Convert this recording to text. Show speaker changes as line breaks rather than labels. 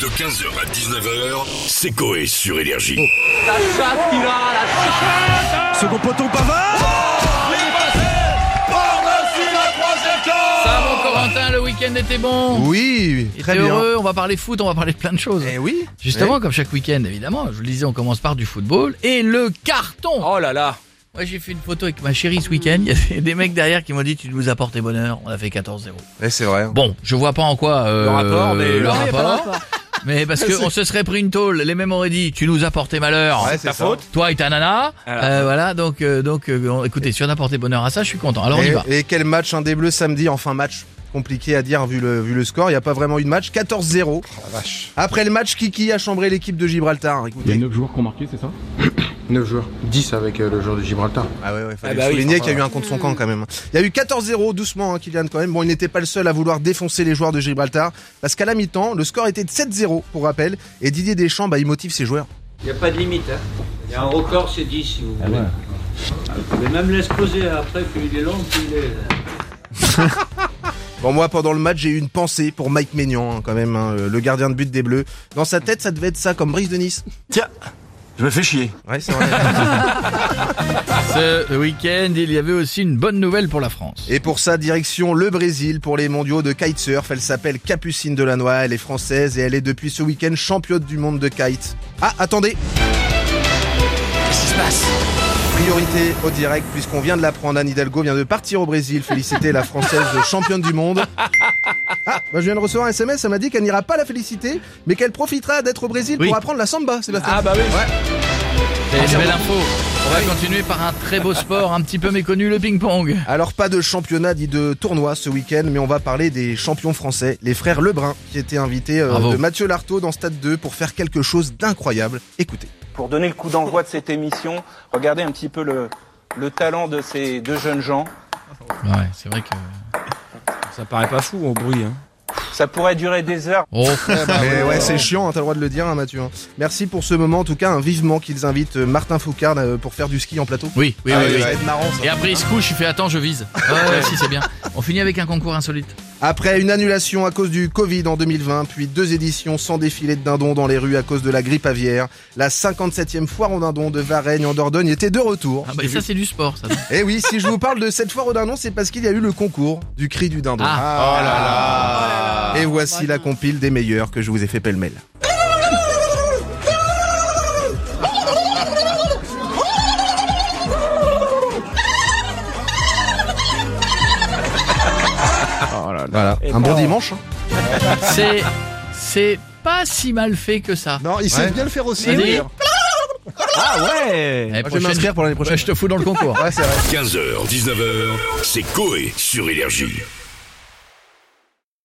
De 15h à 19h, c'est Coé sur Énergie.
Second poteau Pavard
Ça, mon Corentin, le week-end était bon.
Oui,
Il
très
était
bien.
heureux, on va parler foot, on va parler de plein de choses.
Eh oui.
Justement, comme chaque week-end, évidemment, je vous le disais, on commence par du football et le carton.
Oh là là
Moi, j'ai fait une photo avec ma chérie ce week-end. Il y avait des mecs derrière qui m'ont dit Tu nous as porté bonheur. On a fait 14-0.
Eh, c'est vrai.
Bon, je vois pas en quoi. euh,
Le rapport, mais-
le
Non,
il y a pas de
rapport. Mais parce qu'on se serait pris une tôle, les mêmes auraient dit Tu nous as porté malheur.
Ouais,
Ta
c'est ça.
faute
Toi et ta nana.
Alors.
Euh, voilà, donc, euh, donc euh, on- écoutez, si on a porté bonheur à ça, je suis content. Alors on y va.
Et, et quel match un des bleus samedi, enfin match compliqué à dire vu le, vu le score, il n'y a pas vraiment eu de match, 14-0. Après le match, Kiki a chambré l'équipe de Gibraltar.
Il y
Écoutez.
a 9 joueurs qui ont marqué, c'est ça
9 joueurs, 10 avec euh, le joueur de Gibraltar.
Ah ouais, ouais, fallait
Ah bah oui,
souligner
enfin,
qu'il y a eu un contre son camp quand même. Il y a eu 14-0 doucement, hein, Kylian quand même. Bon, il n'était pas le seul à vouloir défoncer les joueurs de Gibraltar, parce qu'à la mi-temps, le score était de 7-0 pour rappel, et Didier Deschamps, bah, il motive ses joueurs.
Il n'y a pas de limite. hein. Il y a un record, c'est 10 si vous voulez. Vous pouvez même l'exposer après, plus il est long, plus il est.
Bon, moi, pendant le match, j'ai eu une pensée pour Mike Maignan, hein, quand même, hein, le gardien de but des Bleus. Dans sa tête, ça devait être ça, comme Brice de Nice.
Je me fais chier.
Ouais, c'est vrai.
Ce week-end, il y avait aussi une bonne nouvelle pour la France.
Et pour ça, direction le Brésil pour les mondiaux de kitesurf. Elle s'appelle Capucine Delannoy, elle est française et elle est depuis ce week-end championne du monde de kite. Ah, attendez Qu'est-ce qui se passe Priorité au direct, puisqu'on vient de l'apprendre, Anne Hidalgo vient de partir au Brésil, féliciter la française championne du monde. Ah, bah, je viens de recevoir un SMS, ça m'a dit qu'elle n'ira pas la féliciter, mais qu'elle profitera d'être au Brésil
Oui.
pour apprendre la samba, Sébastien.
Ah bah oui
Et une belle info. On va continuer par un très beau sport, un petit peu méconnu, le ping-pong.
Alors pas de championnat dit de tournoi ce week-end, mais on va parler des champions français, les frères Lebrun, qui étaient invités euh,
Bravo.
de Mathieu Lartaud dans Stade 2 pour faire quelque chose d'incroyable. Écoutez.
pour donner le coup d'envoi de cette émission, regardez un petit peu le, le talent de ces deux jeunes gens.
Ouais, c'est vrai que.
Ça paraît pas fou au bruit. Hein.
Ça pourrait durer des heures.
Oh,
Mais Eh ben ouais, c'est chiant, hein, t'as le droit de le dire, hein, Mathieu. hein. Merci pour ce moment, en tout cas, hein, vivement qu'ils invitent euh, Martin Foucard euh, pour faire du ski en plateau.
oui, oui,
Ah
oui.
ouais,
oui.
ça va être marrant, ça.
Et après, il se couche, il fait Attends, je vise. Ah, Ouais, ouais, si, c'est bien. On finit avec un concours insolite.
Après une annulation à cause du Covid en 2020, puis deux éditions sans défilé de dindons dans les rues à cause de la grippe aviaire, la 57e foire aux dindons de Varennes en Dordogne était de retour.
Ah, bah, ça, c'est du sport, ça.
Et Eh oui, si je vous parle de cette foire au dindon, c'est parce qu'il y a eu le concours du cri du dindon.
Ah.
Et voici la compile des meilleurs que je vous ai fait pêle-mêle. Voilà, un bon dimanche. hein.
C'est. C'est pas si mal fait que ça.
Non, il sait bien le faire aussi.
Mais oui.
d'ailleurs.
Ah ouais
Eh,
Moi, je vais m'inscrire pour l'année prochaine.
Ouais, Je te fous dans le concours.
Ouais, c'est vrai.
15h, 19h, c'est Coé sur Énergie.